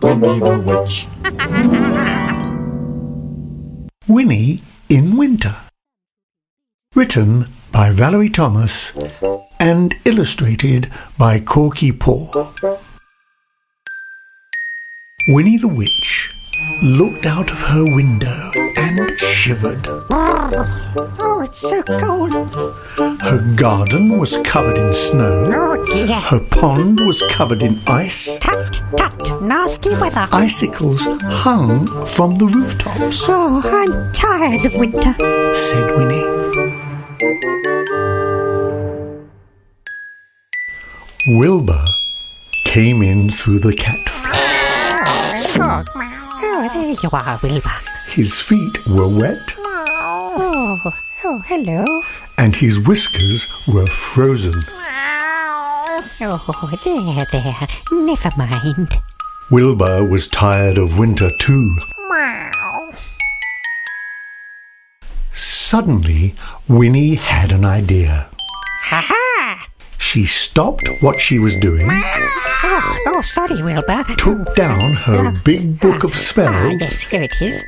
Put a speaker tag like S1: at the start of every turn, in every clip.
S1: Winnie, Winnie the Witch.
S2: Winnie in Winter. Written by Valerie Thomas and illustrated by Corky Paw. Winnie the Witch looked out of her window and shivered.
S3: Oh, it's so cold.
S2: Her garden was covered in snow.
S3: Oh dear.
S2: Her pond was covered in ice.
S3: Tut, tut, nasty weather.
S2: Icicles hung from the rooftops,
S3: Oh, I'm tired of winter.
S2: said Winnie. Wilbur came in through the cat flap.
S3: Oh, there you are, Wilbur.
S2: His feet were wet
S3: Oh, oh, hello.
S2: and his whiskers were frozen.
S3: Oh, there, there. Never mind.
S2: Wilbur was tired of winter too. Suddenly, Winnie had an idea.
S3: Ha ha!
S2: She stopped what she was doing,
S3: Oh, oh, sorry, Wilbur. Uh,
S2: took down her big book of
S3: Ah,
S2: spells,
S3: yes, here it is.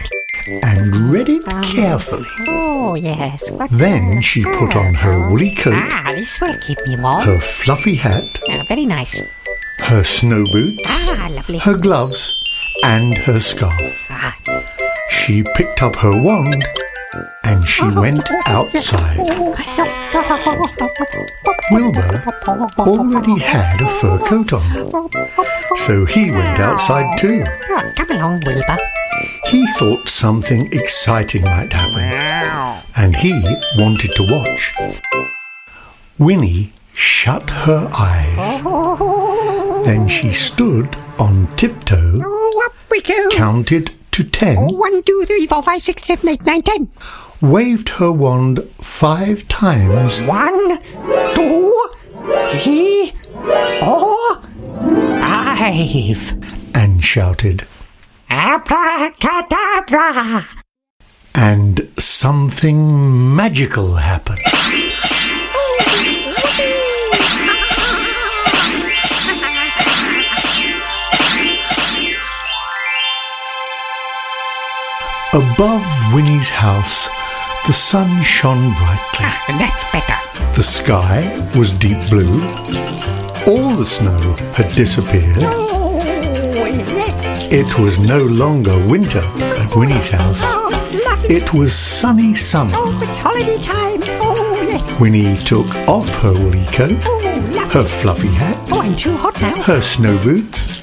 S2: and read it carefully.
S3: Oh, yes. What?
S2: Then she put on her woolly coat,
S3: Ah, this will keep me warm.
S2: her fluffy hat,
S3: Ah, very nice.
S2: her snow boots,
S3: Ah, lovely.
S2: her gloves, and her scarf.
S3: Ah,
S2: She picked up her wand and she
S3: Oh.
S2: went outside. Wilbur already had a fur coat on, so he went outside too.
S3: oh, come along, Wilbur.
S2: He thought something exciting might happen, and he wanted to watch. Winnie shut her eyes. Then she stood on tiptoe,
S3: Oh, up we go.
S2: counted to ten,
S3: One, two, three, four, five, six, seven, eight, nine, ten.
S2: waved her wand five times,
S3: One, two, three, four, five.
S2: and shouted.
S3: Abracadabra.
S2: And something magical happened. Above Winnie's house, the sun shone brightly.
S3: Ah, That's better.
S2: The sky was deep blue. All the snow had disappeared.
S3: Oh, yes.
S2: It was no longer winter at Winnie's house.
S3: Oh, it's lovely.
S2: It was sunny summer.
S3: Oh, it's holiday time. Oh, yes.
S2: Winnie took off her woolly coat,
S3: Oh, lovely.
S2: her fluffy hat,
S3: Oh, I'm too hot now.
S2: her snow boots,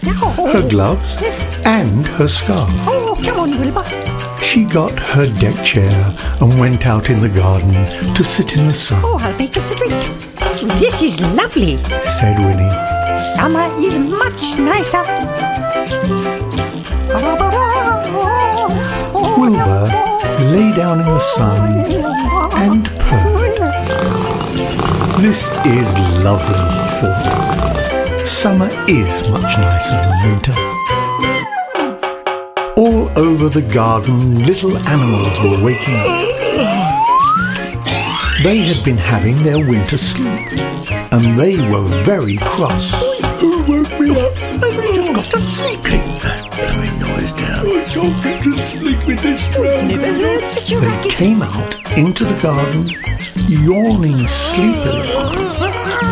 S2: her gloves, and her scarf.
S3: Oh, come on, Wilbur.
S2: She got her deck chair and went out in the garden to sit in the sun,
S3: Oh, I'll make us a drink. This is lovely.
S2: said Winnie.
S3: Summer is much nicer. Oh,
S2: Wilbur lay down in the sun and purred. This is lovely thought. Summer is much nicer than winter. All over the garden, little animals were waking up. They had been having their winter sleep, and they were very cross. Who woke me up? I've just got to sleep. Keep that blowing noise down. I can't get to sleep with this round.
S3: Oh, That's what you
S2: They came out into the garden, yawning sleepily.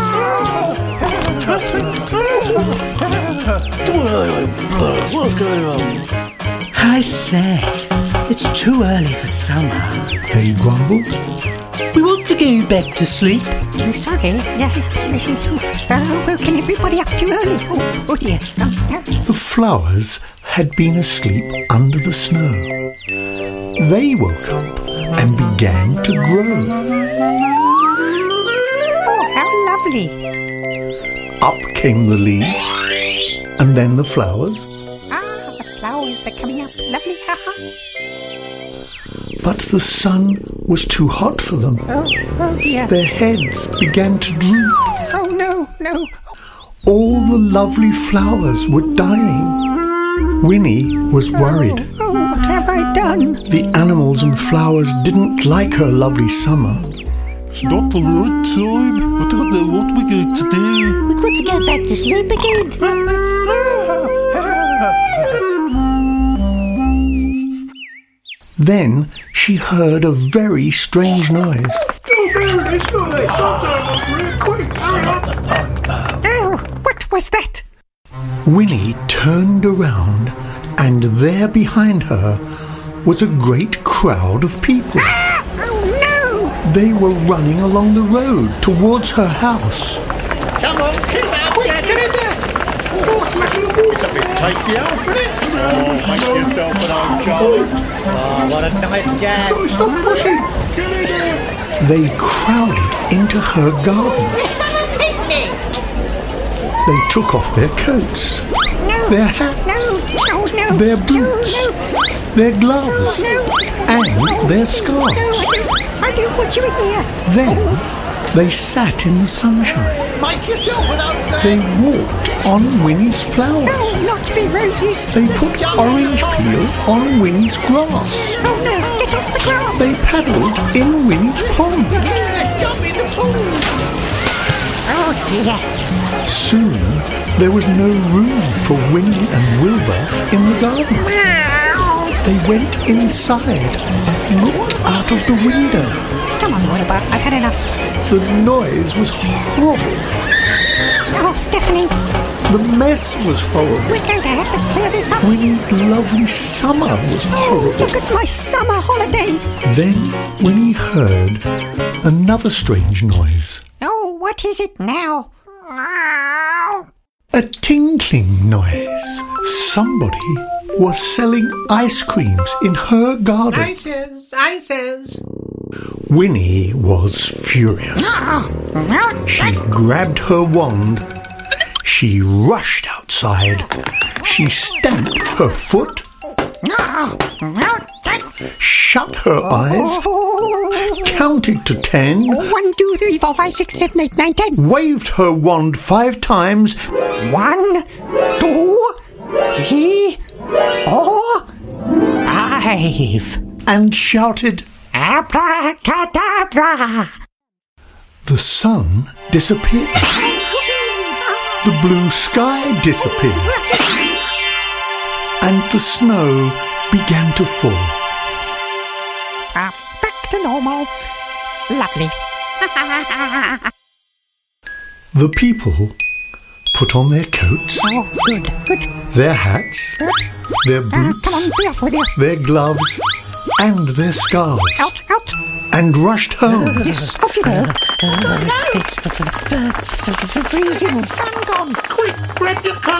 S4: I say, it's too early for summer.
S2: They grumbled.
S4: We want to go back to sleep.
S3: I'm sorry. Yeah, I seem to have woken everybody up too early. Oh, oh dear. Um, uh,
S2: The flowers had been asleep under the snow. They woke up and began to grow.
S3: oh, how lovely.
S2: Up came the leaves, and then the flowers.
S3: Ah, the flowers are coming up. Lovely. Ha ha.
S2: But the sun was too hot for them.
S3: Oh, oh dear.
S2: Their heads began to droop.
S3: Oh, no, no.
S2: All the lovely flowers were dying. Winnie was worried.
S3: Oh, what have I done?
S2: The animals and flowers didn't like her lovely summer. It's not the right time. I don't know what we're going to do.
S3: We got to go back to sleep again.
S2: Then she heard a very strange noise.
S3: Oh, what was that?
S2: Winnie turned around, and there behind her was a great crowd of people.
S3: Oh no!
S2: They were running along the road towards her house. They crowded into her garden. They took off their coats,
S3: No!
S2: their
S3: No!
S2: hats,
S3: Oh no!
S2: their boots,
S3: No! no.
S2: their gloves, and their
S3: No,
S2: scarves.
S3: I don't, I don't want you in here.
S2: Then they sat in the sunshine.
S5: Make yourself an update.
S2: They walked on Winnie's flowers.
S3: No, not be roses.
S2: They put orange peel on Winnie's grass.
S3: Oh no, get off the grass.
S2: They paddled in Winnie's pond.
S5: Let's jump in the pool.
S3: Oh dear.
S2: Soon there was no room for Winnie and Wilbur in the garden. They went inside, looked out of the window.
S3: Come on, Wilbur, I've had enough.
S2: The noise was horrible.
S3: Oh, Stephanie,
S2: The mess was horrible.
S3: we're going to have to clear this up.
S2: Winnie's lovely summer was
S3: Oh,
S2: horrible.
S3: look at my summer holiday.
S2: Then Winnie heard another strange noise.
S3: Oh, what is it now? Ah,
S2: A tinkling noise. Somebody was selling ice creams in her garden.
S5: Ices, ices.
S2: Winnie was furious. She grabbed her wand. She rushed outside. She stamped her foot, shut her eyes, counted to ten,
S3: Oh, One, two, three, four, five, six, seven, eight, nine, ten.
S2: waved her wand five times,
S3: One, two, three, four, five.
S2: and shouted,
S3: Abracadabra!
S2: The sun disappeared. The blue sky disappeared. And the snow began to fall.
S3: Ah, back to normal. Lovely.
S2: The people put on their coats,
S3: Oh, good, good.
S2: their hats, their
S3: Ah,
S2: boots,
S3: come on, be off with you.
S2: their gloves, and their scarves,
S3: Out, out.
S2: and rushed home.
S3: Oh. Yes, off you go. Freezing sun gone.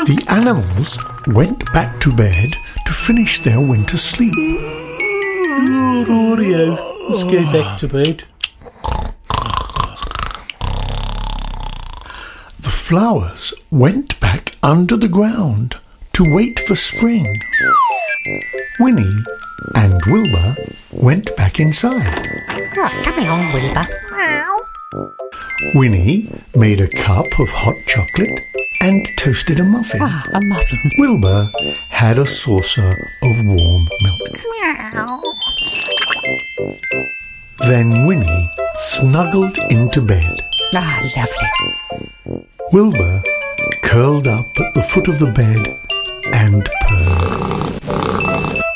S2: The animals went back to bed to finish their winter sleep.
S6: Let's go back to bed.
S2: The flowers went back under the ground to wait for spring. Winnie and Wilbur went back inside.
S3: Oh, come along, Wilbur.
S2: Winnie made a cup of hot chocolate and toasted a muffin.
S4: Ah, a muffin.
S2: Wilbur had a saucer of warm milk. Then Winnie snuggled into bed.
S4: Ah, lovely.
S2: Wilbur curled up at the foot of the bed and purred,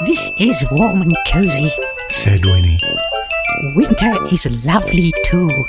S4: This is warm and cozy.
S2: said Winnie.
S4: Winter is lovely too.